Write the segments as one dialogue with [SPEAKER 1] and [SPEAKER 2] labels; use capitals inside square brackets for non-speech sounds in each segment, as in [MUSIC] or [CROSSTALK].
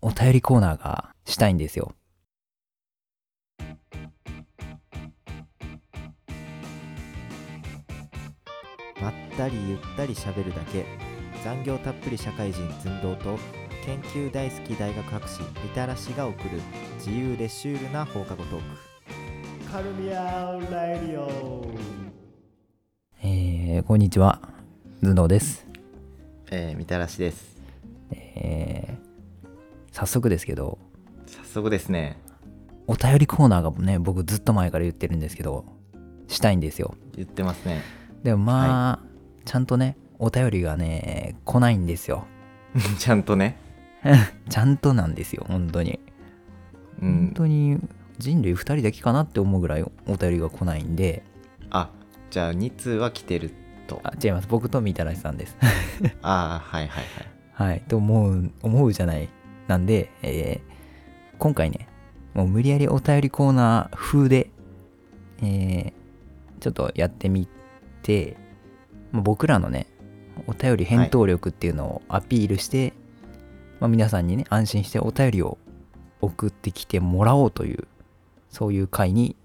[SPEAKER 1] お便りコーナーがしたいんですよ。
[SPEAKER 2] まったりゆったりしゃべるだけ残業たっぷり社会人寸胴と研究大好き大学博士みたらしが送る自由レシュールな放課後トーク
[SPEAKER 3] カルミアラディオ
[SPEAKER 1] えー、こんにちは。頭脳です。
[SPEAKER 2] えー、みたらしです
[SPEAKER 1] えー、早速ですけど、
[SPEAKER 2] 早速ですね
[SPEAKER 1] お便りコーナーがね、僕ずっと前から言ってるんですけど、したいんですよ。
[SPEAKER 2] 言ってますね [LAUGHS]
[SPEAKER 1] でもまあ、ちゃんとね、お便りがね、来ないんですよ。
[SPEAKER 2] ちゃんとね、
[SPEAKER 1] ちゃんとなんですよ、本当に。
[SPEAKER 2] う
[SPEAKER 1] 本
[SPEAKER 2] ん、
[SPEAKER 1] 当に人類2人だけかなって思うぐらいお便りが来ないんで、
[SPEAKER 2] あじゃあ2通は来てると
[SPEAKER 1] あ、違います。僕とみたらしさんです。
[SPEAKER 2] ああはいはいはい
[SPEAKER 1] はい、と思う、思うじゃない。なんで、えー今回ね、もう無理やりお便りコーナー風で、えーちょっとやってみて、まあ僕らのね、お便り返答力っていうのをアピールして、まあ皆さんにね、安心してお便りを送ってきてもらおうという、そういう回に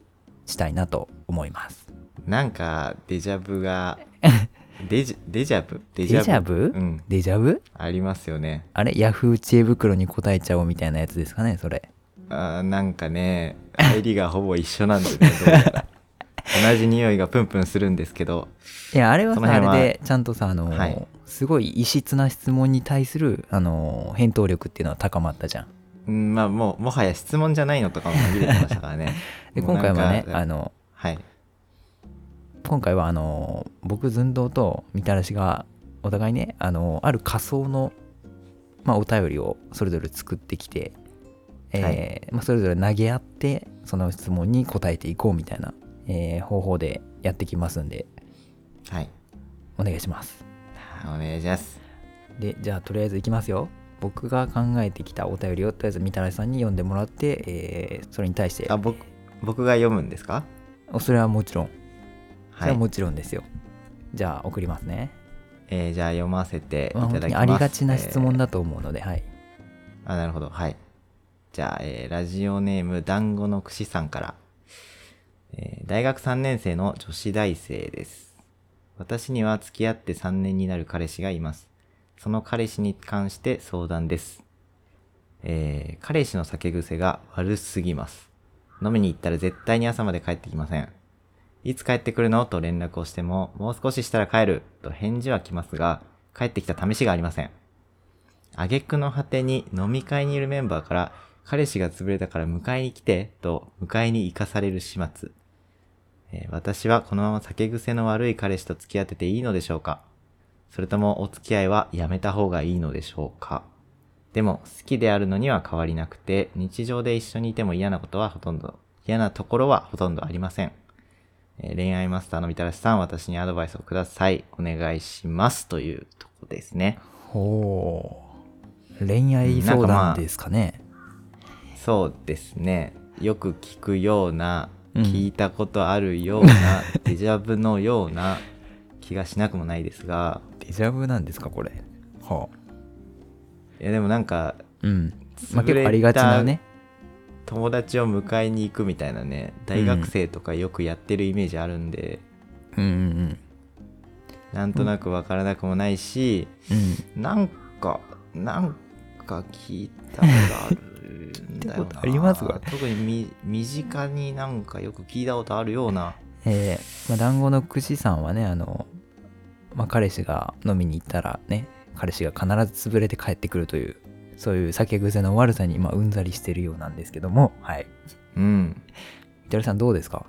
[SPEAKER 1] したいなと思います。
[SPEAKER 2] なんかデジャブがデジデジャブデ
[SPEAKER 1] デジャブ
[SPEAKER 2] うん
[SPEAKER 1] デジャブ
[SPEAKER 2] ありますよね
[SPEAKER 1] あれヤフー知恵袋に答えちゃおうみたいなやつですかね、それ。
[SPEAKER 2] あーなんかね入りがほぼ一緒なんで
[SPEAKER 1] [LAUGHS]
[SPEAKER 2] すねどうやら同じ匂いがプンプンするんですけど
[SPEAKER 1] いやあれは
[SPEAKER 2] そ
[SPEAKER 1] さ
[SPEAKER 2] の
[SPEAKER 1] あ
[SPEAKER 2] 辺
[SPEAKER 1] れ
[SPEAKER 2] は
[SPEAKER 1] でちゃんとさあの、
[SPEAKER 2] はい
[SPEAKER 1] すごい異質な質問に対するあの返答力っていうのは高まったじゃん。
[SPEAKER 2] うんまあもうもはや質問じゃないのとかも見れてましたからね
[SPEAKER 1] [LAUGHS] で
[SPEAKER 2] もう
[SPEAKER 1] 今
[SPEAKER 2] な
[SPEAKER 1] 回
[SPEAKER 2] んか
[SPEAKER 1] はねあの
[SPEAKER 2] はい
[SPEAKER 1] 今回はあの僕寸胴とみたらしがお互いねあのある仮想の、まあ、お便りをそれぞれ作ってきて、えー
[SPEAKER 2] はい
[SPEAKER 1] まあ、それぞれ投げ合ってその質問に答えていこうみたいな、えー方法でやってきますんで
[SPEAKER 2] はい
[SPEAKER 1] お願いします。
[SPEAKER 2] お願いします
[SPEAKER 1] でじゃあとりあえずいきますよ僕が考えてきたお便りをとりあえずみたらしさんに読んでもらって、えーそれに対して
[SPEAKER 2] あ僕僕が読むんですか
[SPEAKER 1] おそれはもちろんそ
[SPEAKER 2] は、
[SPEAKER 1] れはいもちろんですよ、じゃあ送りますね、
[SPEAKER 2] えーじゃあ読ませてい
[SPEAKER 1] まあ、本
[SPEAKER 2] た
[SPEAKER 1] 当
[SPEAKER 2] だき
[SPEAKER 1] に
[SPEAKER 2] ます
[SPEAKER 1] ありがちな質問
[SPEAKER 2] え
[SPEAKER 1] だと思うので、はい
[SPEAKER 2] ーあなるほどはいじゃあ、えーラジオネーム団子の串さんから、えー大学3年生の女子大生です私には付き合って3年になる彼氏がいますその彼氏に関して相談ですえー彼氏の酒癖が悪すぎます。飲みに行ったら絶対に朝まで帰ってきません。いつ帰ってくるのと連絡をしても、もう少ししたら帰ると返事は来ますが、帰ってきた試しがありません。挙句の果てに飲み会にいるメンバーから、彼氏が潰れたから迎えに来てと迎えに行かされる始末。えー私はこのまま酒癖の悪い彼氏と付き合ってていいのでしょうかそれともお付き合いはやめた方がいいのでしょうかでも好きであるのには変わりなくて日常で一緒にいても嫌なことはほとんど嫌なところはほとんどありません、えー恋愛マスターのみたらしさん私にアドバイスをくださいお願いしますというとこですね
[SPEAKER 1] ほう恋愛相談ですかね、
[SPEAKER 2] そうですねよく聞くような
[SPEAKER 1] うん
[SPEAKER 2] 聞いたことあるよ
[SPEAKER 1] [LAUGHS]
[SPEAKER 2] うな、デジャブのような気がしなくもないですが
[SPEAKER 1] デジャブなんですかこれはあ
[SPEAKER 2] いやでもなんか
[SPEAKER 1] うん、まあ、
[SPEAKER 2] 潰
[SPEAKER 1] 結
[SPEAKER 2] れた
[SPEAKER 1] 構ありがちなね
[SPEAKER 2] 友達を迎えに行くみたいなね大学生とかよくやってるイメージあるんで、
[SPEAKER 1] うんうん
[SPEAKER 2] なんとなくわからなくもないし、
[SPEAKER 1] うんうん
[SPEAKER 2] なんかなんか聞いたことあるんだよ
[SPEAKER 1] [LAUGHS] 聞いたこ
[SPEAKER 2] な
[SPEAKER 1] とありますか
[SPEAKER 2] 特にみ身近になんかよく聞いたことあるような
[SPEAKER 1] えーまあ、団子の串さんはねあの、まあ、彼氏が飲みに行ったらね彼氏が必ず潰れて帰ってくるというそういう酒癖の悪さに今うんざりしてるようなんですけどもはい
[SPEAKER 2] うん
[SPEAKER 1] みたらしさんどうですか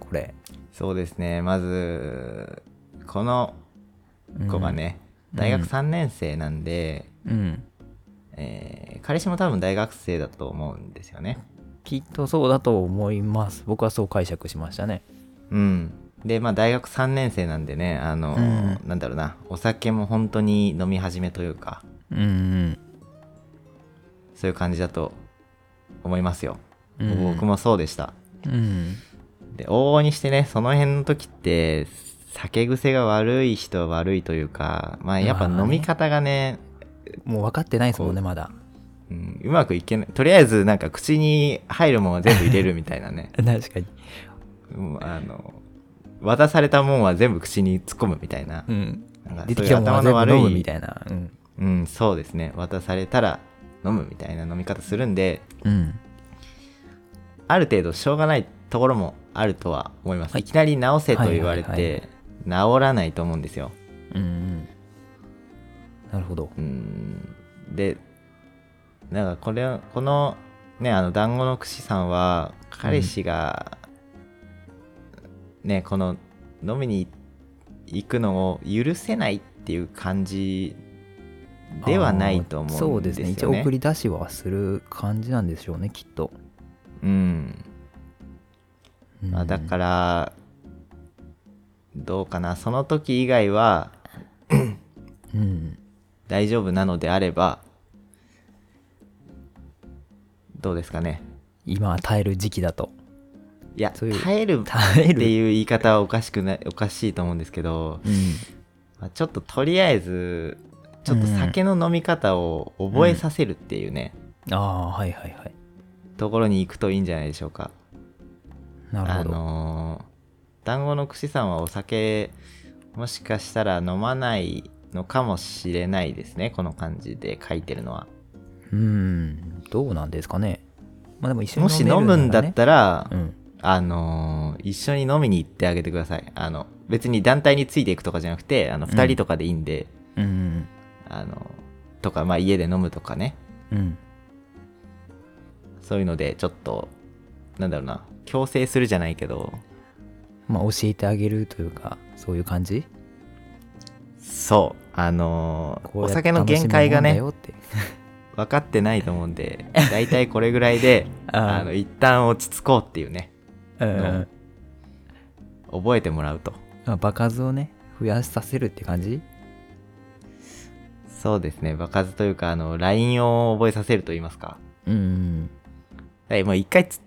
[SPEAKER 1] これ
[SPEAKER 2] そうですねまずこの子がね、
[SPEAKER 1] うん
[SPEAKER 2] 大学3年生なんで、
[SPEAKER 1] うん
[SPEAKER 2] えー彼氏も多分大学生だと思うんですよね
[SPEAKER 1] きっとそうだと思います僕はそう解釈しましたね
[SPEAKER 2] うんでまあ大学3年生なんでねあの、
[SPEAKER 1] う
[SPEAKER 2] なんだろうなお酒も本当に飲み始めというか
[SPEAKER 1] うんうん
[SPEAKER 2] そういう感じだと思いますよ。
[SPEAKER 1] うん
[SPEAKER 2] 僕もそうでした。
[SPEAKER 1] うん
[SPEAKER 2] で、往々にしてね、その辺の時って、酒癖が悪い人は悪いというか、まあやっぱ
[SPEAKER 1] まあね
[SPEAKER 2] 飲み方がね、
[SPEAKER 1] もう分かってないですもんねまだ、
[SPEAKER 2] うん、うまくいけないとりあえずなんか口に入るもんは全部入れるみたいなね
[SPEAKER 1] [LAUGHS] 確かに。
[SPEAKER 2] うん、あの渡されたもんは全部口に突っ込むみたいな,、
[SPEAKER 1] うん。
[SPEAKER 2] なんか
[SPEAKER 1] 出て
[SPEAKER 2] そう
[SPEAKER 1] き
[SPEAKER 2] いう
[SPEAKER 1] たもの
[SPEAKER 2] 頭
[SPEAKER 1] は
[SPEAKER 2] の
[SPEAKER 1] 全
[SPEAKER 2] 悪
[SPEAKER 1] 部飲む
[SPEAKER 2] い
[SPEAKER 1] みたいな。うん。
[SPEAKER 2] うん、そうですね渡されたら飲むみたいな飲み方するんで
[SPEAKER 1] うん。
[SPEAKER 2] ある程度しょうがないところもあるとは思います、
[SPEAKER 1] はい
[SPEAKER 2] い、きなり直せと言われ
[SPEAKER 1] はいはいは
[SPEAKER 2] て治らないと思うんですよ
[SPEAKER 1] うんうん。なるほど。
[SPEAKER 2] うんでなんかこれこのねあの団子の串さんは彼氏が、ねこの飲みに行くのを許せないっていう感じではないと思
[SPEAKER 1] そううん
[SPEAKER 2] で
[SPEAKER 1] ですす
[SPEAKER 2] よ
[SPEAKER 1] ね。
[SPEAKER 2] ね。
[SPEAKER 1] 一応送り出しはする感じなんでしょうね、きっと。
[SPEAKER 2] うん
[SPEAKER 1] うん
[SPEAKER 2] まあ、だから、どうかなその時以外は
[SPEAKER 1] うん。
[SPEAKER 2] 大丈夫なのであればどうですかね
[SPEAKER 1] 今は耐える時期だと。
[SPEAKER 2] いや
[SPEAKER 1] そういう
[SPEAKER 2] 耐えるっ
[SPEAKER 1] 耐え
[SPEAKER 2] て
[SPEAKER 1] る。
[SPEAKER 2] いう言い方はおかしくないおかしいと思うんですけど、
[SPEAKER 1] うん。
[SPEAKER 2] まあ、ちょっととりあえずちょっと酒の飲み方を覚えさせるっていうね、
[SPEAKER 1] ああ、はいはいはい。
[SPEAKER 2] ところに行くといいんじゃないでしょうか
[SPEAKER 1] なる
[SPEAKER 2] あ
[SPEAKER 1] ほど。
[SPEAKER 2] のー団子の串さんはお酒もしかしたら飲まないのかもしれないですねこの感じで書いてるのは
[SPEAKER 1] うん。どうなんですかね。まあでも一緒に
[SPEAKER 2] もし飲むんだっ
[SPEAKER 1] ら
[SPEAKER 2] たら、
[SPEAKER 1] ね。うん。
[SPEAKER 2] あのー一緒に飲みに行ってあげてくださいあの別に団体についていくとかじゃなくてあの
[SPEAKER 1] うん
[SPEAKER 2] 2人とかでいいんで、
[SPEAKER 1] うん
[SPEAKER 2] あのとかまあ家で飲むとかね
[SPEAKER 1] うん。うん。
[SPEAKER 2] そういうのでちょっとなんだろうな強制するじゃないけど
[SPEAKER 1] まあ教えてあげるというか、そういう感じ
[SPEAKER 2] そうあのー
[SPEAKER 1] こうや
[SPEAKER 2] お
[SPEAKER 1] って
[SPEAKER 2] 酒の限界が
[SPEAKER 1] 楽し
[SPEAKER 2] ね
[SPEAKER 1] むもんだよって
[SPEAKER 2] 分かってないと思うんで大体これぐらいで
[SPEAKER 1] [LAUGHS] あー
[SPEAKER 2] あの一旦落ち着こうっていうね
[SPEAKER 1] うんうん
[SPEAKER 2] の覚えてもらうと
[SPEAKER 1] まあ場数をね増やさせるって感じ
[SPEAKER 2] そうですね場数というかあの LINE を覚えさせると言いますか
[SPEAKER 1] うんうん
[SPEAKER 2] はいもう一回つ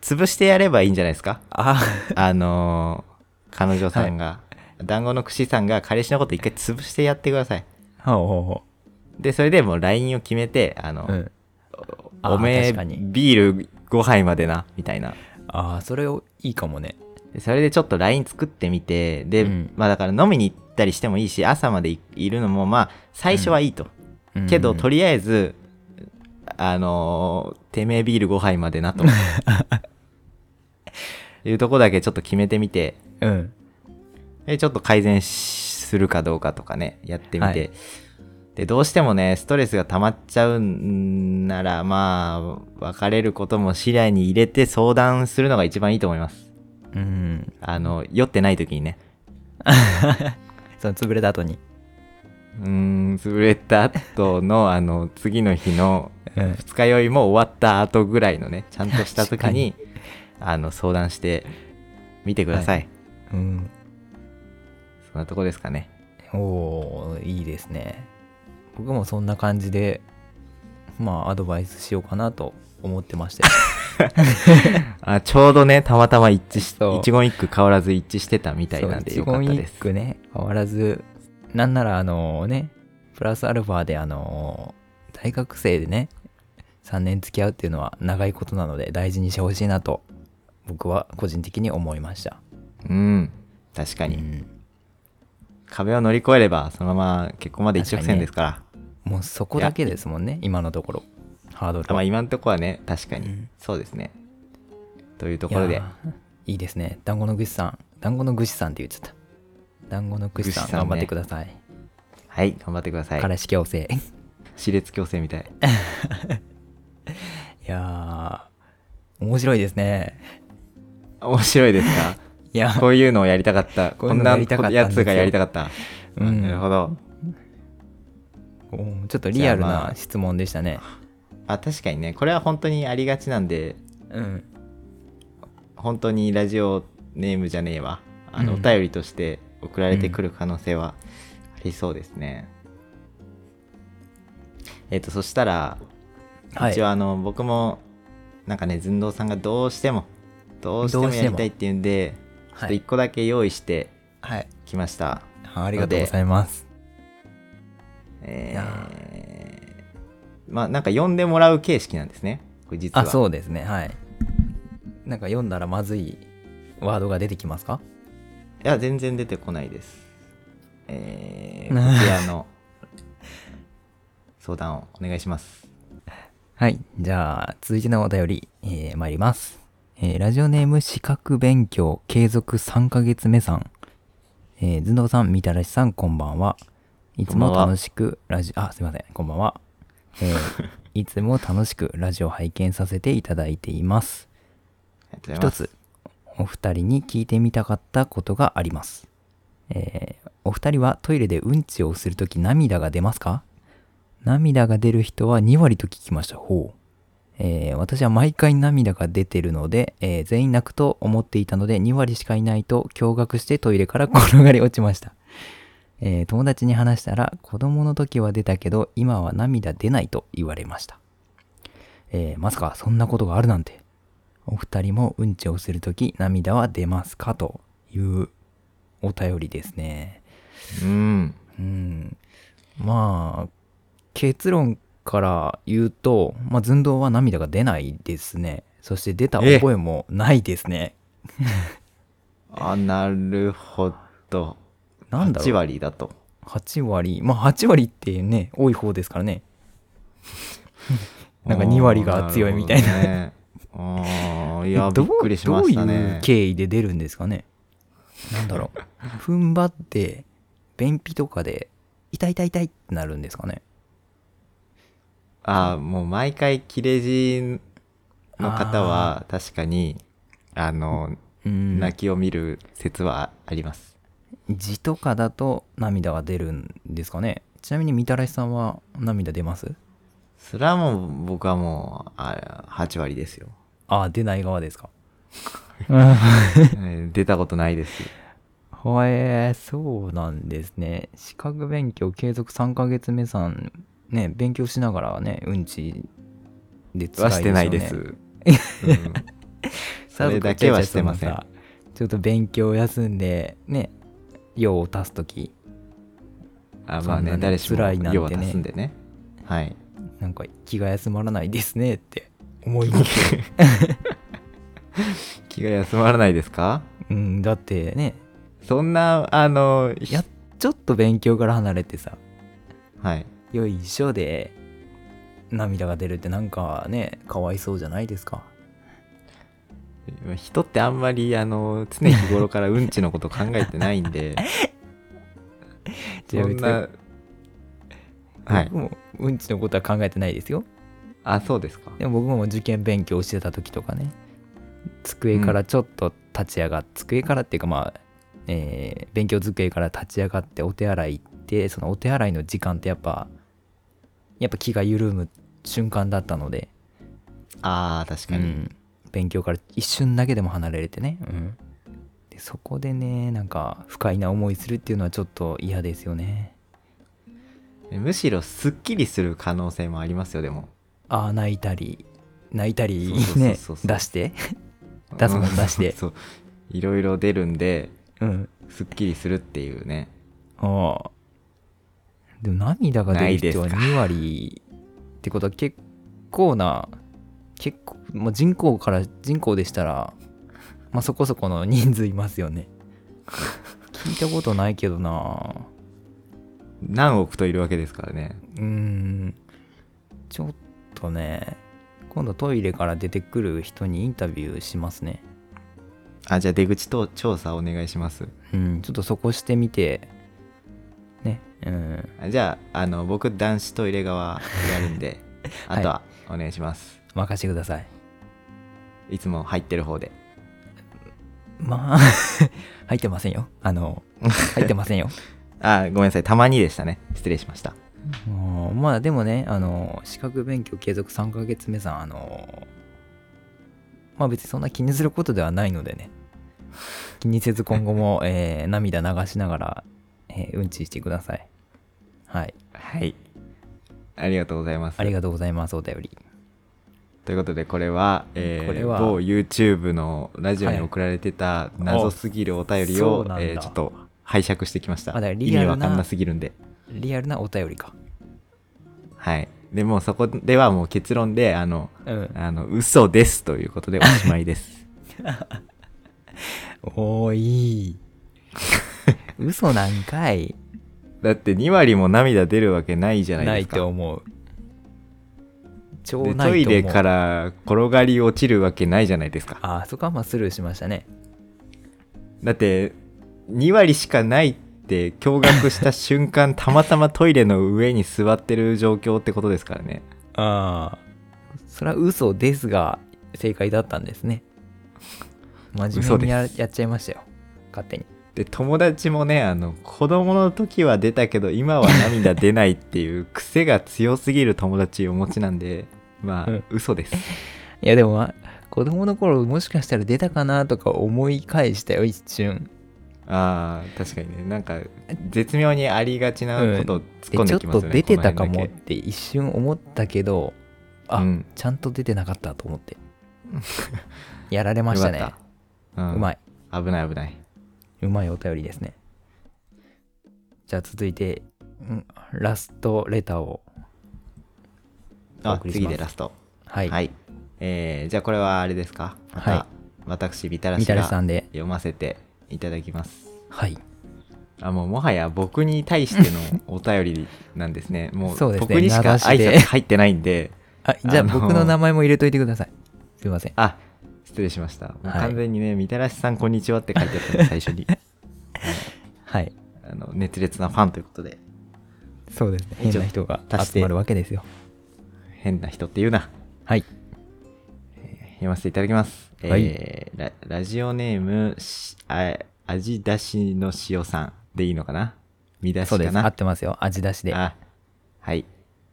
[SPEAKER 2] 潰してやればいいんじゃないですか
[SPEAKER 1] あ
[SPEAKER 2] あのー彼女さんが、団子の串さんが彼氏のこと一回潰してやってください
[SPEAKER 1] あ [LAUGHS] ほうほうほ
[SPEAKER 2] でそれでもう LINE を決めてあの、
[SPEAKER 1] ううんあー
[SPEAKER 2] おめえ
[SPEAKER 1] 確かに
[SPEAKER 2] ビール5杯までなみたいな
[SPEAKER 1] ああそれをいいかもね
[SPEAKER 2] でそれでちょっと LINE 作ってみてで、
[SPEAKER 1] うん
[SPEAKER 2] まあだから飲みに行ったりしてもいいし朝までいいるのもまあ最初はいいと、
[SPEAKER 1] うん
[SPEAKER 2] けどとりあえずあのーてめえビール5杯まで
[SPEAKER 1] [LAUGHS]
[SPEAKER 2] なというとこだけちょっと決めてみて
[SPEAKER 1] うん
[SPEAKER 2] でちょっと改善しするかどうかとかねやってみて、
[SPEAKER 1] はい
[SPEAKER 2] でどうしてもねストレスが溜まっちゃうんならまあ別れることも視野に入れて相談するのが一番いいと思います
[SPEAKER 1] うん
[SPEAKER 2] あの酔ってない時にね
[SPEAKER 1] その潰れた後に
[SPEAKER 2] うーん潰れた後のあの次の日の
[SPEAKER 1] うん
[SPEAKER 2] 二日酔いも終わった後ぐらいのねちゃんとした時にあの相談してみてください、
[SPEAKER 1] うん
[SPEAKER 2] そんなとこですかね
[SPEAKER 1] おーいいですね僕もそんな感じでまあアドバイスしようかなと思ってま [LAUGHS] したよ
[SPEAKER 2] あちょうどねたまたま一致し
[SPEAKER 1] そう
[SPEAKER 2] 一言一句変わらず一致してたみたい
[SPEAKER 1] そう
[SPEAKER 2] なんでよかったで
[SPEAKER 1] 一言一
[SPEAKER 2] す
[SPEAKER 1] 句ね変わらずなんならあのねプラスアルファであの大学生でね3年付き合うっていうのは長いことなので大事にしてほしいなと僕は個人的に思いました、
[SPEAKER 2] うん確か
[SPEAKER 1] う
[SPEAKER 2] に、
[SPEAKER 1] ん、
[SPEAKER 2] 壁を乗り越えればそのまま結婚まで一直線ですから
[SPEAKER 1] もうそこだけですもんね今のところハードル
[SPEAKER 2] あ
[SPEAKER 1] は
[SPEAKER 2] まあ今のとこはね確かに、
[SPEAKER 1] うん
[SPEAKER 2] そうですねというところ
[SPEAKER 1] い
[SPEAKER 2] で
[SPEAKER 1] やーいいですね団子のぐしさん団子のぐしさんって言っちゃった団子のぐしさん
[SPEAKER 2] ぐしさん
[SPEAKER 1] 頑
[SPEAKER 2] ね
[SPEAKER 1] 張ってください、
[SPEAKER 2] はい頑張ってください
[SPEAKER 1] 彼氏矯 [LAUGHS] 正
[SPEAKER 2] 熾烈強制みたい
[SPEAKER 1] いやー面白いですね
[SPEAKER 2] 面白いです
[SPEAKER 1] [LAUGHS]
[SPEAKER 2] か
[SPEAKER 1] いや
[SPEAKER 2] こういうのをやりたかった。
[SPEAKER 1] こう
[SPEAKER 2] こ
[SPEAKER 1] いうの
[SPEAKER 2] んな
[SPEAKER 1] やりたかったん
[SPEAKER 2] や
[SPEAKER 1] ですよ
[SPEAKER 2] つがやりたかった。
[SPEAKER 1] うん
[SPEAKER 2] なるほど。
[SPEAKER 1] おちょっとリアル
[SPEAKER 2] じゃあま
[SPEAKER 1] な
[SPEAKER 2] あ
[SPEAKER 1] 質問でしたね。
[SPEAKER 2] あ、確かにね、これは本当にありがちなんで、
[SPEAKER 1] うん。
[SPEAKER 2] 本当にラジオネームじゃねえわ。あの、
[SPEAKER 1] うん
[SPEAKER 2] お便りとして送られてくる可能性はありそうですね。えっ、と、そしたら、
[SPEAKER 1] はい
[SPEAKER 2] 一応あの、僕も、なんかね、寸胴さんがどうしても、どうして
[SPEAKER 1] どう
[SPEAKER 2] も
[SPEAKER 1] して
[SPEAKER 2] や
[SPEAKER 1] も
[SPEAKER 2] りたいっていうんで、ちょっと一個だけ用意して
[SPEAKER 1] はい。
[SPEAKER 2] きました。
[SPEAKER 1] ありがとうございます。いや
[SPEAKER 2] えーまあなんか呼んでもらう形式なんですね。これ実は。
[SPEAKER 1] あそうですねはいなんか読んだらまずいワードが出てきますか
[SPEAKER 2] いや、全然出てこないです。え
[SPEAKER 1] [LAUGHS]
[SPEAKER 2] ー、こちらの相談をお願いします。
[SPEAKER 1] はい。じゃあ、続いてのお便り、えー、参ります。えー、ラジオネーム資格勉強継続3ヶ月目さん。えー、ずんどうさん、みたらしさん、こんばんは。いつ
[SPEAKER 2] こん
[SPEAKER 1] も
[SPEAKER 2] ばんは
[SPEAKER 1] 楽しくラジ、あ、すいません、こんばんは。え
[SPEAKER 2] [LAUGHS]
[SPEAKER 1] ー、いつも楽しくラジオ拝見させていただいています。
[SPEAKER 2] ありがとうござい
[SPEAKER 1] 一
[SPEAKER 2] ます。
[SPEAKER 1] つ、お二人に聞いてみたかったことがあります。えーお二人はトイレでうんちをするとき涙が出ますか涙が出る人は2割と聞きました。ほう。えー私は毎回涙が出てるので、えー全員泣くと思っていたので2割しかいないと驚愕してトイレから転がり落ちました。えー友達に話したら子供の時は出たけど今は涙出ないと言われました。えーまさかそんなことがあるなんて。お二人もうんちをするとき涙は出ますかというお便りですね。
[SPEAKER 2] うん。
[SPEAKER 1] うん。まあ、結論から言うと、まあ、寸胴は涙が出ないですね。そして出た覚えもないですね。
[SPEAKER 2] あ、なるほど。
[SPEAKER 1] なんだろう
[SPEAKER 2] 8割だと。
[SPEAKER 1] 8割。まあ、8割ってね、多い方ですからね。なんか2割が強いみたいな。
[SPEAKER 2] な。ああ、いや、
[SPEAKER 1] [LAUGHS]
[SPEAKER 2] び
[SPEAKER 1] ど
[SPEAKER 2] っ
[SPEAKER 1] う
[SPEAKER 2] くりしました
[SPEAKER 1] どういう
[SPEAKER 2] ね。
[SPEAKER 1] 経緯で出るんですかね。なんだろう。 [LAUGHS] 踏ん張って、便秘とかで、痛い痛い痛いってなるんですかね。
[SPEAKER 2] ああ、もう毎回切れ字の方は確かに、あの、
[SPEAKER 1] うん。
[SPEAKER 2] 泣きを見る説はあります。
[SPEAKER 1] 字とかだと涙が出るんですかねちなみにみたらしさんは涙出ます
[SPEAKER 2] それはもう僕はもう、あ8割ですよ。
[SPEAKER 1] ああ出ない側
[SPEAKER 2] [LAUGHS]
[SPEAKER 1] ですか
[SPEAKER 2] えー出たことないです。
[SPEAKER 1] はえーそうなんですね資格勉強継続3ヶ月目さんね勉強しながらねうんちで辛い
[SPEAKER 2] はしてないです。
[SPEAKER 1] ょうね
[SPEAKER 2] うんそれだけはしてません
[SPEAKER 1] さちょっと勉強休んでね用を足す時
[SPEAKER 2] あ
[SPEAKER 1] そん
[SPEAKER 2] ま
[SPEAKER 1] な
[SPEAKER 2] あ
[SPEAKER 1] ね
[SPEAKER 2] ね、誰しも
[SPEAKER 1] 辛いなんてね
[SPEAKER 2] 用は足すんでね。はい。
[SPEAKER 1] なんか気が休まらないですねって思います
[SPEAKER 2] [LAUGHS] 気が休まらないですか
[SPEAKER 1] うんだってね
[SPEAKER 2] そんな、あの、ひ
[SPEAKER 1] やちょっと勉強から離れてさ
[SPEAKER 2] はい。
[SPEAKER 1] よいしょで涙が出るってなんかねかわいそうじゃないですか
[SPEAKER 2] 人ってあんまり、あの、常日頃からうんちのこと考えてないん
[SPEAKER 1] [LAUGHS]
[SPEAKER 2] で、
[SPEAKER 1] じゃあ
[SPEAKER 2] そんな、はい
[SPEAKER 1] 僕。もうんちのことは考えてないですよ
[SPEAKER 2] あ、そうですか。
[SPEAKER 1] でも僕も受験勉強してた時とかね机からちょっと立ち上がって、机からっていうかまあ、えー勉強机から立ち上がってお手洗い行ってそのお手洗いの時間ってやっぱやっぱ気が緩む瞬間だったので、
[SPEAKER 2] ああ、確か
[SPEAKER 1] う
[SPEAKER 2] に。
[SPEAKER 1] ん、勉強から一瞬だけでも離れれてね、うん、でそこでねなんか不快な思いするっていうのはちょっと嫌ですよね
[SPEAKER 2] むしろ、すっきりする可能性もありますよ、でも。
[SPEAKER 1] ああ泣いたり泣いたり
[SPEAKER 2] そうそうそう
[SPEAKER 1] ね
[SPEAKER 2] そうそう
[SPEAKER 1] 出して、出すもん出して
[SPEAKER 2] うん [LAUGHS] そう。いろいろ出るんで、
[SPEAKER 1] うん、
[SPEAKER 2] すっきりするっていうね。
[SPEAKER 1] ああでも涙が出る人は
[SPEAKER 2] ないですか
[SPEAKER 1] 2割ってことは結構な結構、まあ、人口から人口でしたら、まあ、そこそこの人数いますよ
[SPEAKER 2] [LAUGHS]
[SPEAKER 1] ね聞いたことないけどな
[SPEAKER 2] 何億といるわけですからね。
[SPEAKER 1] うーんちょっとね今度トイレから出てくる人にインタビューしますね
[SPEAKER 2] あ、じゃあ出口と調査お願いします。
[SPEAKER 1] うんちょっとそこしてみてねうん
[SPEAKER 2] あじゃあ、あの、僕、男子トイレ側やるんで、
[SPEAKER 1] はい
[SPEAKER 2] あ [LAUGHS] とはお願いします。
[SPEAKER 1] 任せてください
[SPEAKER 2] いつも入ってる方で。
[SPEAKER 1] まあ [LAUGHS] 入ってませんよあ [LAUGHS] の入ってませんよ
[SPEAKER 2] あ、ごめんなさい。たまにでしたね。失礼しました。
[SPEAKER 1] もうまあでもねあの資格勉強継続3ヶ月目さんあのまあ別にそんな気にすることではないのでね気にせず今後
[SPEAKER 2] [LAUGHS]
[SPEAKER 1] も、えー涙流しながら、えーうんちしてくださいはい
[SPEAKER 2] はい。ありがとうございます。
[SPEAKER 1] ありがとうございますお便り
[SPEAKER 2] ということで、これは、えー
[SPEAKER 1] これは
[SPEAKER 2] 某 YouTube のラジオ
[SPEAKER 1] はい
[SPEAKER 2] に送られてた謎すぎるお便り
[SPEAKER 1] おそ
[SPEAKER 2] を
[SPEAKER 1] う、なんだ
[SPEAKER 2] えーちょっと拝借してきました。
[SPEAKER 1] あだから
[SPEAKER 2] 意
[SPEAKER 1] リア
[SPEAKER 2] 味
[SPEAKER 1] ルな
[SPEAKER 2] わかんなすぎるんで。
[SPEAKER 1] リアルなお便りか
[SPEAKER 2] はい。でもうそこではもう結論であの
[SPEAKER 1] うん。
[SPEAKER 2] あの嘘ですということでおしまいです
[SPEAKER 1] おー、い
[SPEAKER 2] [LAUGHS]
[SPEAKER 1] い。嘘なんかい
[SPEAKER 2] [LAUGHS] だって2割も涙出るわけないじゃな
[SPEAKER 1] ない
[SPEAKER 2] で
[SPEAKER 1] い
[SPEAKER 2] すか
[SPEAKER 1] と思う。超
[SPEAKER 2] で
[SPEAKER 1] ないと思う。
[SPEAKER 2] トイレから転がり落ちるわけないじゃないですか
[SPEAKER 1] あ、そこはまあスルーしましたね。
[SPEAKER 2] だって2割しかないって驚愕した瞬 [LAUGHS] 間たまたまトイレの上に座ってる状況ってことですからね
[SPEAKER 1] ああ。それは嘘ですが、正解だったんです
[SPEAKER 2] [LAUGHS]
[SPEAKER 1] ね。真面目にややっちゃいましたよ。勝手に。
[SPEAKER 2] で友達もねあの子供の時は出たけど今は涙出ないっていう癖が強すぎる友達をお持ちなんでまあ、
[SPEAKER 1] うん
[SPEAKER 2] 嘘です
[SPEAKER 1] いやでも、まあ子供の頃もしかしたら出たかなとか思い返したよ、一瞬。
[SPEAKER 2] あー確かにねなんか絶妙にありがちなことを
[SPEAKER 1] で
[SPEAKER 2] 突っ込ん
[SPEAKER 1] ち
[SPEAKER 2] で
[SPEAKER 1] ょっ
[SPEAKER 2] きます
[SPEAKER 1] と
[SPEAKER 2] よ
[SPEAKER 1] 出
[SPEAKER 2] ね、
[SPEAKER 1] てたか
[SPEAKER 2] この
[SPEAKER 1] もっ
[SPEAKER 2] 辺だ
[SPEAKER 1] て一瞬思ったけど、あ、
[SPEAKER 2] うん
[SPEAKER 1] ちゃんと出てなかったと思
[SPEAKER 2] [LAUGHS]
[SPEAKER 1] って。やられま
[SPEAKER 2] け
[SPEAKER 1] した
[SPEAKER 2] よ
[SPEAKER 1] ね
[SPEAKER 2] か。ったうん
[SPEAKER 1] うまい。
[SPEAKER 2] 危ない危ないう
[SPEAKER 1] まいお便りですね。じゃあ続いて、んラストレターを。お
[SPEAKER 2] あ
[SPEAKER 1] 送りし
[SPEAKER 2] 次
[SPEAKER 1] ます
[SPEAKER 2] でラスト
[SPEAKER 1] は。
[SPEAKER 2] はいい、えーじゃあこれはあれですかまた、
[SPEAKER 1] は
[SPEAKER 2] 私みたら
[SPEAKER 1] み
[SPEAKER 2] した
[SPEAKER 1] ら
[SPEAKER 2] が
[SPEAKER 1] しさんで。
[SPEAKER 2] 読ませていただきます
[SPEAKER 1] はい。
[SPEAKER 2] あもうもはや僕に対してのお便りなんで
[SPEAKER 1] [LAUGHS]
[SPEAKER 2] すねもう
[SPEAKER 1] そうですね
[SPEAKER 2] 僕にしか
[SPEAKER 1] 名指し
[SPEAKER 2] 挨
[SPEAKER 1] で
[SPEAKER 2] 拶入ってないんで
[SPEAKER 1] あ、じゃあ
[SPEAKER 2] あのー
[SPEAKER 1] 僕の名前も入れといてください。すいません。
[SPEAKER 2] あ失礼しましたもう
[SPEAKER 1] はい
[SPEAKER 2] 完全にね、みたらしさんこんにちはって書いてあったんで最初
[SPEAKER 1] [LAUGHS]
[SPEAKER 2] に
[SPEAKER 1] はい。
[SPEAKER 2] あの熱烈なファンということで
[SPEAKER 1] そうですね。変な人が
[SPEAKER 2] 足して
[SPEAKER 1] 集まるわけですよ。
[SPEAKER 2] 変な人っていうな
[SPEAKER 1] はい。
[SPEAKER 2] 読ませていただきます、
[SPEAKER 1] はい
[SPEAKER 2] えーララジオネームしあ味出しの塩さんでいいのかな見出し
[SPEAKER 1] そ
[SPEAKER 2] か
[SPEAKER 1] うです。合
[SPEAKER 2] な
[SPEAKER 1] ってますよ。味出しで。
[SPEAKER 2] あはい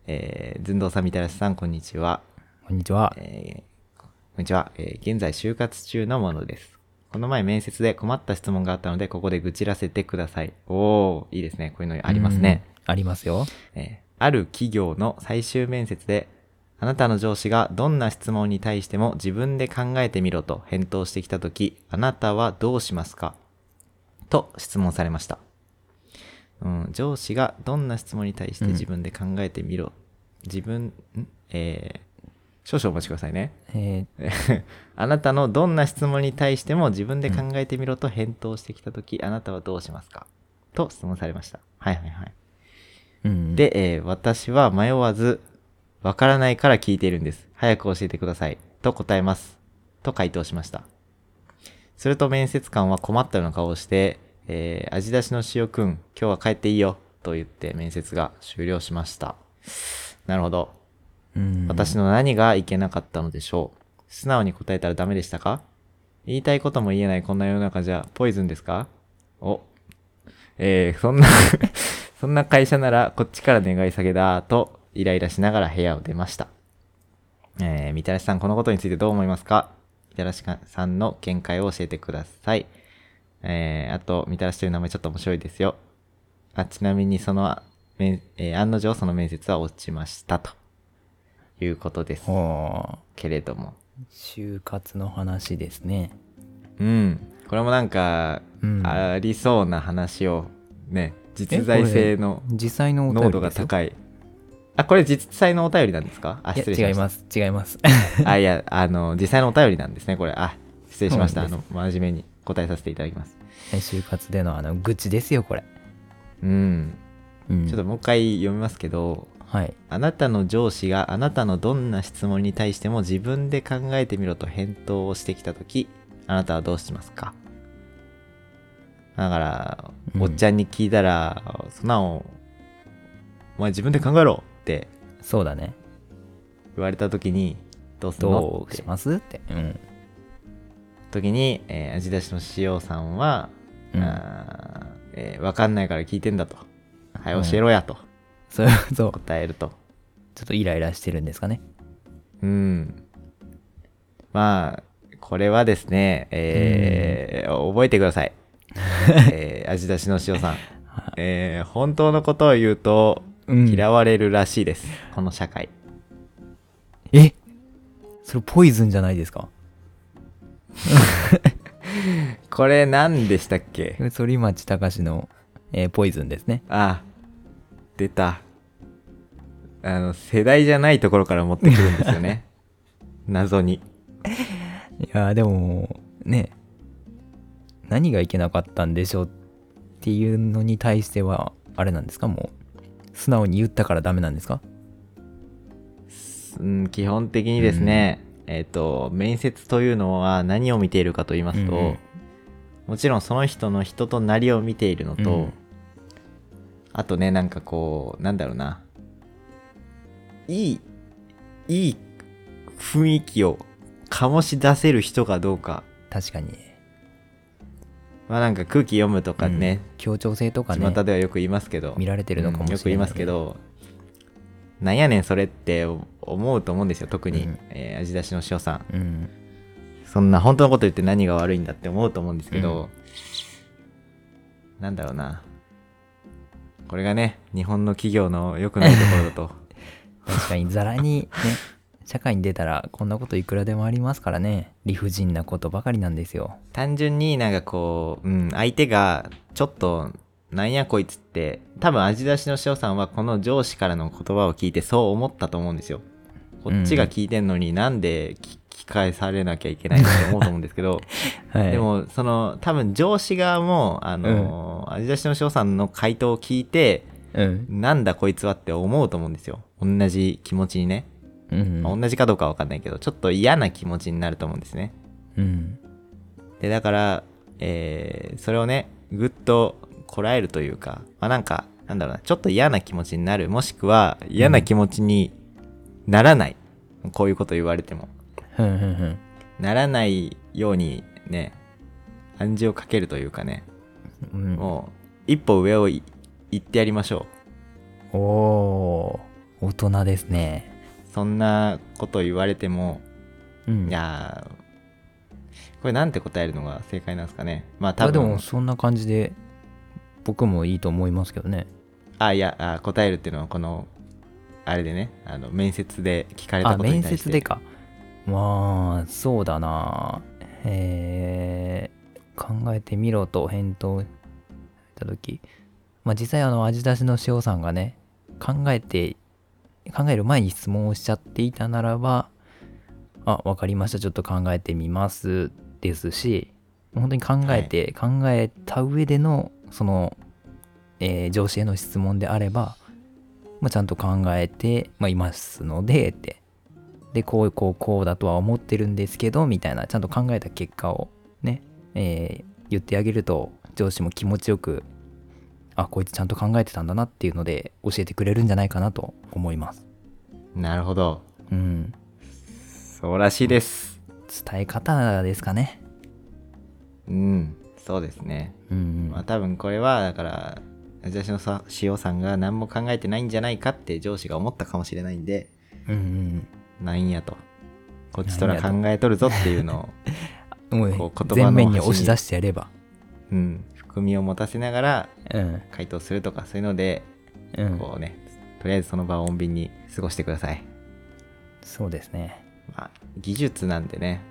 [SPEAKER 2] えー、ずんどうさんみたらしさんこんにちは
[SPEAKER 1] こんにちは。
[SPEAKER 2] えーこんにちは、えー現在就活中のものです。この前面接で困った質問があったので、ここで愚痴らせてください。おー、いいですね。こういうのありますね。
[SPEAKER 1] うん。ありますよ。
[SPEAKER 2] えーある企業の最終面接で、あなたの上司がどんな質問に対しても自分で考えてみろと返答してきたとき、あなたはどうしますかと質問されました。うん、上司がどんな質問に対して自分で考えてみろ。自分、んえー少々お待ちくださいね。 [LAUGHS]
[SPEAKER 1] え
[SPEAKER 2] えーあなたのどんな質問に対しても自分で考えてみろと返答してきたとき、あなたはどうしますかと質問されました。はいはいはい。
[SPEAKER 1] ーうん。、
[SPEAKER 2] で、えー私は迷わず、わからないから聞いているんです。早く教えてください。と答えます。と回答しました。すると面接官は困ったような顔をして、えー味出しの塩くん、今日は帰っていいよ。と言って面接が終了しました。なるほど。
[SPEAKER 1] うん、
[SPEAKER 2] 私の何がいけなかったのでしょう素直に答えたらダメでしたか言いたいことも言えないこんな世の中じゃポイズンですかお。えー、そんな、 [LAUGHS] そんな会社ならこっちから願い下げだとイライラしながら部屋を出ました。えー、みたらしさんこのことについてどう思いますかみたらしさんの見解を教えてください。えー、あと、みたらしという名前ちょっと面白いですよ。あ、ちなみにその、めんえー案の定その面接は落ちましたと。いうことです
[SPEAKER 1] ほ
[SPEAKER 2] けれども。
[SPEAKER 1] う就活の話ですね。
[SPEAKER 2] うん。これもなんか、
[SPEAKER 1] うん
[SPEAKER 2] ありそうな話をね、実在性の
[SPEAKER 1] 実際のお便
[SPEAKER 2] 濃度
[SPEAKER 1] り
[SPEAKER 2] が
[SPEAKER 1] ですよ。
[SPEAKER 2] 高い。あ、これ実際のお便りなんですかあ、失礼
[SPEAKER 1] い
[SPEAKER 2] し
[SPEAKER 1] や
[SPEAKER 2] ま
[SPEAKER 1] 違い
[SPEAKER 2] した。
[SPEAKER 1] ます。違います。 [LAUGHS]
[SPEAKER 2] [LAUGHS] あ、いや、あの、実際のお便りなんですね、これ。あ、失礼しました。あ
[SPEAKER 1] そうなん
[SPEAKER 2] の、真面目に答えさせていただきます。
[SPEAKER 1] 就活でのあの愚痴ですよ、これ。
[SPEAKER 2] うん。
[SPEAKER 1] うん、
[SPEAKER 2] ちょっともう一回読みますけど、
[SPEAKER 1] はい。
[SPEAKER 2] あなたの上司があなたのどんな質問に対しても自分で考えてみろと返答をしてきたとき、あなたはどうしますかだから、
[SPEAKER 1] うん
[SPEAKER 2] おっちゃんに聞いたら、そんなの、お前自分で考えろって
[SPEAKER 1] そうだね。
[SPEAKER 2] 言われたときに、どうするの
[SPEAKER 1] ど
[SPEAKER 2] っ
[SPEAKER 1] う
[SPEAKER 2] て
[SPEAKER 1] しますって。うん。
[SPEAKER 2] 時に、えー味出しの塩さんは、
[SPEAKER 1] う
[SPEAKER 2] あ
[SPEAKER 1] ん
[SPEAKER 2] ーえーわかんないから聞いてんだと。はい、教えろやと
[SPEAKER 1] そうそう。
[SPEAKER 2] 答えると。
[SPEAKER 1] ちょっとイライラしてるんですかね。
[SPEAKER 2] うん。まあ、これはですね、えー覚えてくだ
[SPEAKER 1] [LAUGHS]
[SPEAKER 2] さい。えー味出しの塩さん。えー本当のことを言うと、
[SPEAKER 1] うん
[SPEAKER 2] 嫌われるらしいです。この社会。
[SPEAKER 1] えそれポイズンじゃないですか
[SPEAKER 2] これ何でしたっけ
[SPEAKER 1] 反町隆史の、えーポイズンですね。
[SPEAKER 2] あ、出た。あの、世代じゃないところから持ってくるんです
[SPEAKER 1] [LAUGHS]
[SPEAKER 2] よね。謎に。
[SPEAKER 1] いやーでもね何がいけなかったんでしょうっていうのに対してはあれなんですかもう素直に言ったからダメなんですか
[SPEAKER 2] うん、基本的にですね、えっ、と、面接というのは何を見ているかと言いますと、
[SPEAKER 1] うんうん
[SPEAKER 2] もちろんその人の人となりを見ているのと、
[SPEAKER 1] うん
[SPEAKER 2] あとね、なんかこう、なんだろうな、いい、いい雰囲気を醸し出せる人かどうか、
[SPEAKER 1] 確かに
[SPEAKER 2] まあなんか空気読むとかね、
[SPEAKER 1] うん協調性とかね
[SPEAKER 2] 巷ではよく言いますけど、
[SPEAKER 1] 見られてるのかもしれない、
[SPEAKER 2] うんよく言いますけどなんやねんそれって思うと思うんですよ特に、
[SPEAKER 1] うん
[SPEAKER 2] えー味出しの塩さん
[SPEAKER 1] うん
[SPEAKER 2] そんな本当のこと言って何が悪いんだって思うと思うんですけど、なんだろうなこれがね日本の企業の良くないところだ [LAUGHS] と
[SPEAKER 1] 確かにざらにね社会に出たらこんなこといくらでもありますからね理不尽なことばかりなんですよ
[SPEAKER 2] 単純になんかこう、うん、相手がちょっとなんやこいつって多分味出しの塩さんはこの上司からの言葉を聞いてそう思ったと思うんですよこっちが聞いてんのになんで聞き返されなきゃいけないのって思うと思うんです [LAUGHS] けど、
[SPEAKER 1] はい
[SPEAKER 2] でもその多分上司側もあの、味出しの翔さんの回答を聞いて
[SPEAKER 1] うん
[SPEAKER 2] なんだこいつはって思うと思うんですよ同じ気持ちにね、
[SPEAKER 1] うん
[SPEAKER 2] まあ同じかどうかは分かんないけどちょっと嫌な気持ちになると思うんですね
[SPEAKER 1] うん
[SPEAKER 2] でだから、えーそれをねぐっとこらえるというか、まあ、なんかなんだろうなちょっと嫌な気持ちになるもしくは嫌な気持ちにならない、こういうこと言われても
[SPEAKER 1] ふんふんふん
[SPEAKER 2] ならないようにね暗示をかけるというかね
[SPEAKER 1] うん
[SPEAKER 2] もう一歩上をい行ってやりましょ
[SPEAKER 1] おおー大人ですね
[SPEAKER 2] うそんなこと言われても、
[SPEAKER 1] うん
[SPEAKER 2] いやーこれなんて答えるのが正解なんですかねまあ
[SPEAKER 1] ま
[SPEAKER 2] 多
[SPEAKER 1] あで
[SPEAKER 2] 分
[SPEAKER 1] もそんな感じで僕もいいと思いますけどね
[SPEAKER 2] あいやあ答えるっていうのはこのあれでねあの面接で聞かれた
[SPEAKER 1] あ
[SPEAKER 2] ことに
[SPEAKER 1] 面
[SPEAKER 2] 対して
[SPEAKER 1] 接でかまあそうだなえー考えてみろと返答した時まあ実際あの味出しの塩さんがね考えて考える前に質問をしちゃっていたならばあわかりましたちょっと考えてみますですし本当に考えて、考えた上でのその、えー上司への質問であれば、まあ、ちゃんと考えて、まあ、いますのでってでこうこうこうだとは思ってるんですけどみたいなちゃんと考えた結果をね、えー言ってあげると上司も気持ちよくあこいつちゃんと考えてたんだなっていうので教えてくれるんじゃないかなと思います。
[SPEAKER 2] なるほど
[SPEAKER 1] うん、
[SPEAKER 2] そうらしいです
[SPEAKER 1] 伝え方ですかね。
[SPEAKER 2] うんそうですね
[SPEAKER 1] うん
[SPEAKER 2] まあ多分これはだから私のさ塩さんが何も考えてないんじゃないかって上司が思ったかもしれないんで
[SPEAKER 1] うんうん
[SPEAKER 2] なんやとこっちと
[SPEAKER 1] [LAUGHS]
[SPEAKER 2] ら考えとるぞっていうのを
[SPEAKER 1] うん、も
[SPEAKER 2] こ
[SPEAKER 1] う
[SPEAKER 2] う言葉
[SPEAKER 1] 全
[SPEAKER 2] の
[SPEAKER 1] 面に押し出してやれば。
[SPEAKER 2] うん、含みを持たせながら
[SPEAKER 1] うん
[SPEAKER 2] 回答するとかそういうので、
[SPEAKER 1] うん、
[SPEAKER 2] こうねとりあえずその場を穏便に過ごしてください、
[SPEAKER 1] そうですね。
[SPEAKER 2] まあ、技術なんでね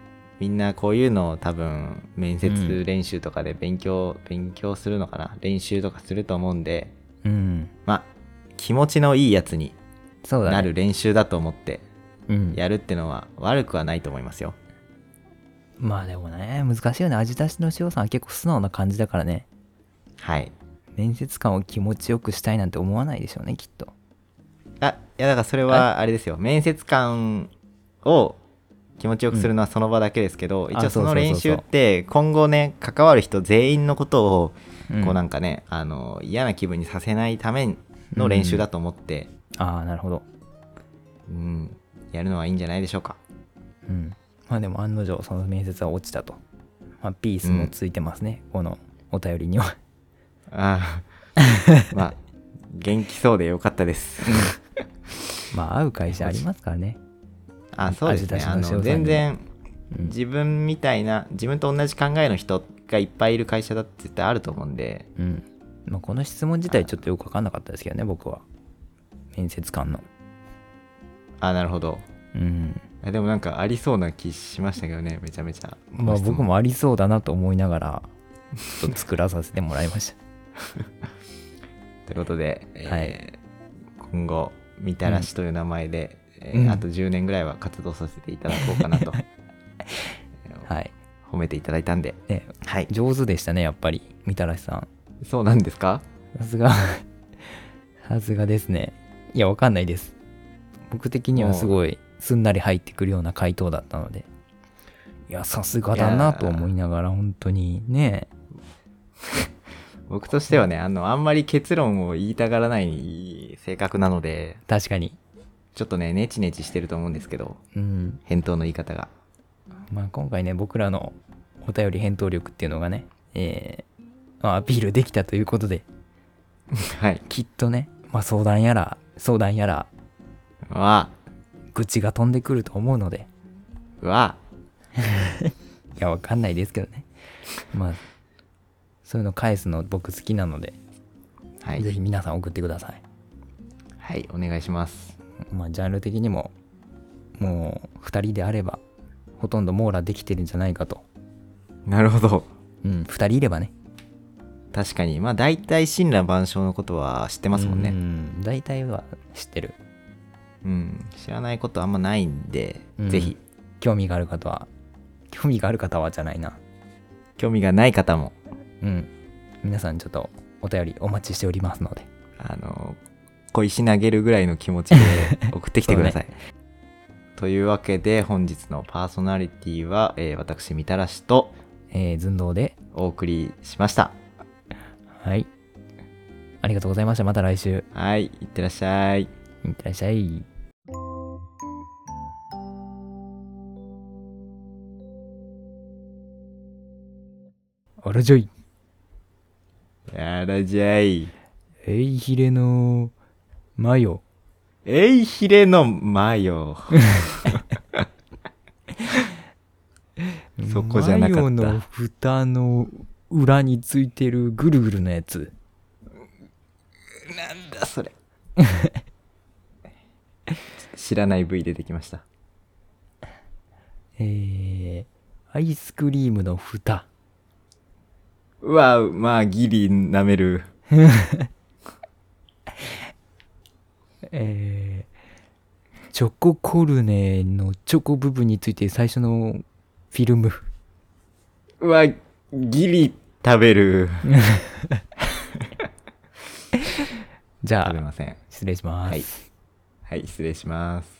[SPEAKER 2] みんなこういうのを多分面
[SPEAKER 1] う
[SPEAKER 2] 接
[SPEAKER 1] ん
[SPEAKER 2] 練習とかで勉強、勉強するのかな練習とかすると思うんで
[SPEAKER 1] うん、
[SPEAKER 2] まあ気持ちのいいやつに
[SPEAKER 1] そうだね。
[SPEAKER 2] なる練習だと思って
[SPEAKER 1] うん、
[SPEAKER 2] やるってのは悪くはないと思いますよ
[SPEAKER 1] まあでもね、難しいよね。味出しの塩さんは結構素直な感じだからね。
[SPEAKER 2] はい
[SPEAKER 1] 面接官を気持ちよくしたいなんて思わないでしょうね、きっと。
[SPEAKER 2] あいやだからそれはあれですよ面接官を気持ちよくするのはその場だけですけど、
[SPEAKER 1] ん
[SPEAKER 2] 一応
[SPEAKER 1] あそ
[SPEAKER 2] そう
[SPEAKER 1] そうそうそう
[SPEAKER 2] の練習って今後ね関わる人全員のことを
[SPEAKER 1] うん
[SPEAKER 2] こうなんかね、あの嫌な気分にさせないための練習だと思って、
[SPEAKER 1] ああ、なるほど。
[SPEAKER 2] うんやるのはいいんじゃないでしょうか
[SPEAKER 1] うん。まあでも案の定、その面接は落ちたと。まあ、ピースもついてますね、このお便りには。
[SPEAKER 2] あ
[SPEAKER 1] [LAUGHS]
[SPEAKER 2] あまあ元気そうでよかったです
[SPEAKER 1] まあ、会う会社ありますからね。
[SPEAKER 2] あそうですね
[SPEAKER 1] 味出しの
[SPEAKER 2] あ
[SPEAKER 1] 塩さん
[SPEAKER 2] の
[SPEAKER 1] に
[SPEAKER 2] 全然
[SPEAKER 1] うん
[SPEAKER 2] 自分みたいな自分と同じ考えの人がいっぱいいる会社だって絶対あると思うんで
[SPEAKER 1] うん。まあ、この質問自体ちょっとよくわかんなかったですけどね、僕は。面接官の。
[SPEAKER 2] あなるほど
[SPEAKER 1] うん。
[SPEAKER 2] あでもなんかありそうな気しましたけどねめちゃめちゃ
[SPEAKER 1] まあ、
[SPEAKER 2] この質問
[SPEAKER 1] 僕もありそうだなと思いながら、ちょっと作らさせてもらいました。
[SPEAKER 2] ということで、えー
[SPEAKER 1] はい
[SPEAKER 2] 今後みたらしという名前で、えー
[SPEAKER 1] うん
[SPEAKER 2] あと10年ぐらいは活動させていただこうか
[SPEAKER 1] [LAUGHS]
[SPEAKER 2] なと、えー
[SPEAKER 1] はい。
[SPEAKER 2] 褒めていただいたんで、
[SPEAKER 1] ね、
[SPEAKER 2] はい、
[SPEAKER 1] 上手でしたね、やっぱり。みたらしさん。
[SPEAKER 2] そうなんですか
[SPEAKER 1] さすが、 [LAUGHS] さすがですね。いや、わかんないです。僕的にはすごい、すんなり入ってくるような回答だったので。いや、さすがだなと思いながら、本当にね。
[SPEAKER 2] 僕としてはねあのあんまり結論を言いたがらない性格なので
[SPEAKER 1] 確かに。
[SPEAKER 2] ちょっとねネチネチしてると思うんですけど
[SPEAKER 1] うん。
[SPEAKER 2] 返答の言い方が [LAUGHS]
[SPEAKER 1] まあ、今回ね、僕らのお便り返答力っていうのがね、えーまあ、アピールできたということで、
[SPEAKER 2] はい
[SPEAKER 1] きっとね、まあ、相談やら、相談やら、
[SPEAKER 2] うわ
[SPEAKER 1] 愚痴が飛んでくると思うので、
[SPEAKER 2] うわ
[SPEAKER 1] いや、わかんないですけどね。まあ、そういうの返すの僕好きなので、
[SPEAKER 2] は
[SPEAKER 1] ぜ
[SPEAKER 2] い、
[SPEAKER 1] ひ皆さん送ってください。
[SPEAKER 2] はい、お願いします
[SPEAKER 1] まあ、ジャンル的にも、もう、2人であれば、ほとんど網羅できてるんじゃないかと。
[SPEAKER 2] なるほど
[SPEAKER 1] うん、2人いればね。
[SPEAKER 2] 確かにまあ大体親羅万象のことは知ってますもん
[SPEAKER 1] う
[SPEAKER 2] ね
[SPEAKER 1] ん、大体は知ってる。
[SPEAKER 2] うん、知らないことあんまないんで、
[SPEAKER 1] うん
[SPEAKER 2] ぜひ
[SPEAKER 1] 興味がある方は、興味がある方はじゃないな。
[SPEAKER 2] 興味がない方も
[SPEAKER 1] うん。皆さんちょっとお便りお待ちしておりますので。
[SPEAKER 2] あの小石投げるぐらいの気持ちで送ってきてくだ
[SPEAKER 1] [LAUGHS]
[SPEAKER 2] さい、というわけで本日のパーソナリティは、えー私みたらしと
[SPEAKER 1] えー、寸胴で、
[SPEAKER 2] お送りしました
[SPEAKER 1] はい。ありがとうございました。また来週。
[SPEAKER 2] はいいってらっしゃい
[SPEAKER 1] いってらっしゃい。あらじゃい。
[SPEAKER 2] やらじゃい
[SPEAKER 1] えいひれの、マヨ。
[SPEAKER 2] えいひれの
[SPEAKER 1] [LAUGHS]
[SPEAKER 2] マヨ [LAUGHS] そこじゃなかった
[SPEAKER 1] マヨの蓋の裏についてるぐるぐるのやつ。
[SPEAKER 2] なんだそれ [LAUGHS] 知らない部位出てきました
[SPEAKER 1] えー、アイスクリームの蓋。
[SPEAKER 2] うわまあギリ舐める
[SPEAKER 1] えー、チョココルネのチョコ部分について最初のフィルム。
[SPEAKER 2] うわギリ食べる
[SPEAKER 1] じゃ
[SPEAKER 2] 食べ
[SPEAKER 1] あ、
[SPEAKER 2] ません
[SPEAKER 1] 失礼します。
[SPEAKER 2] はいはい失礼します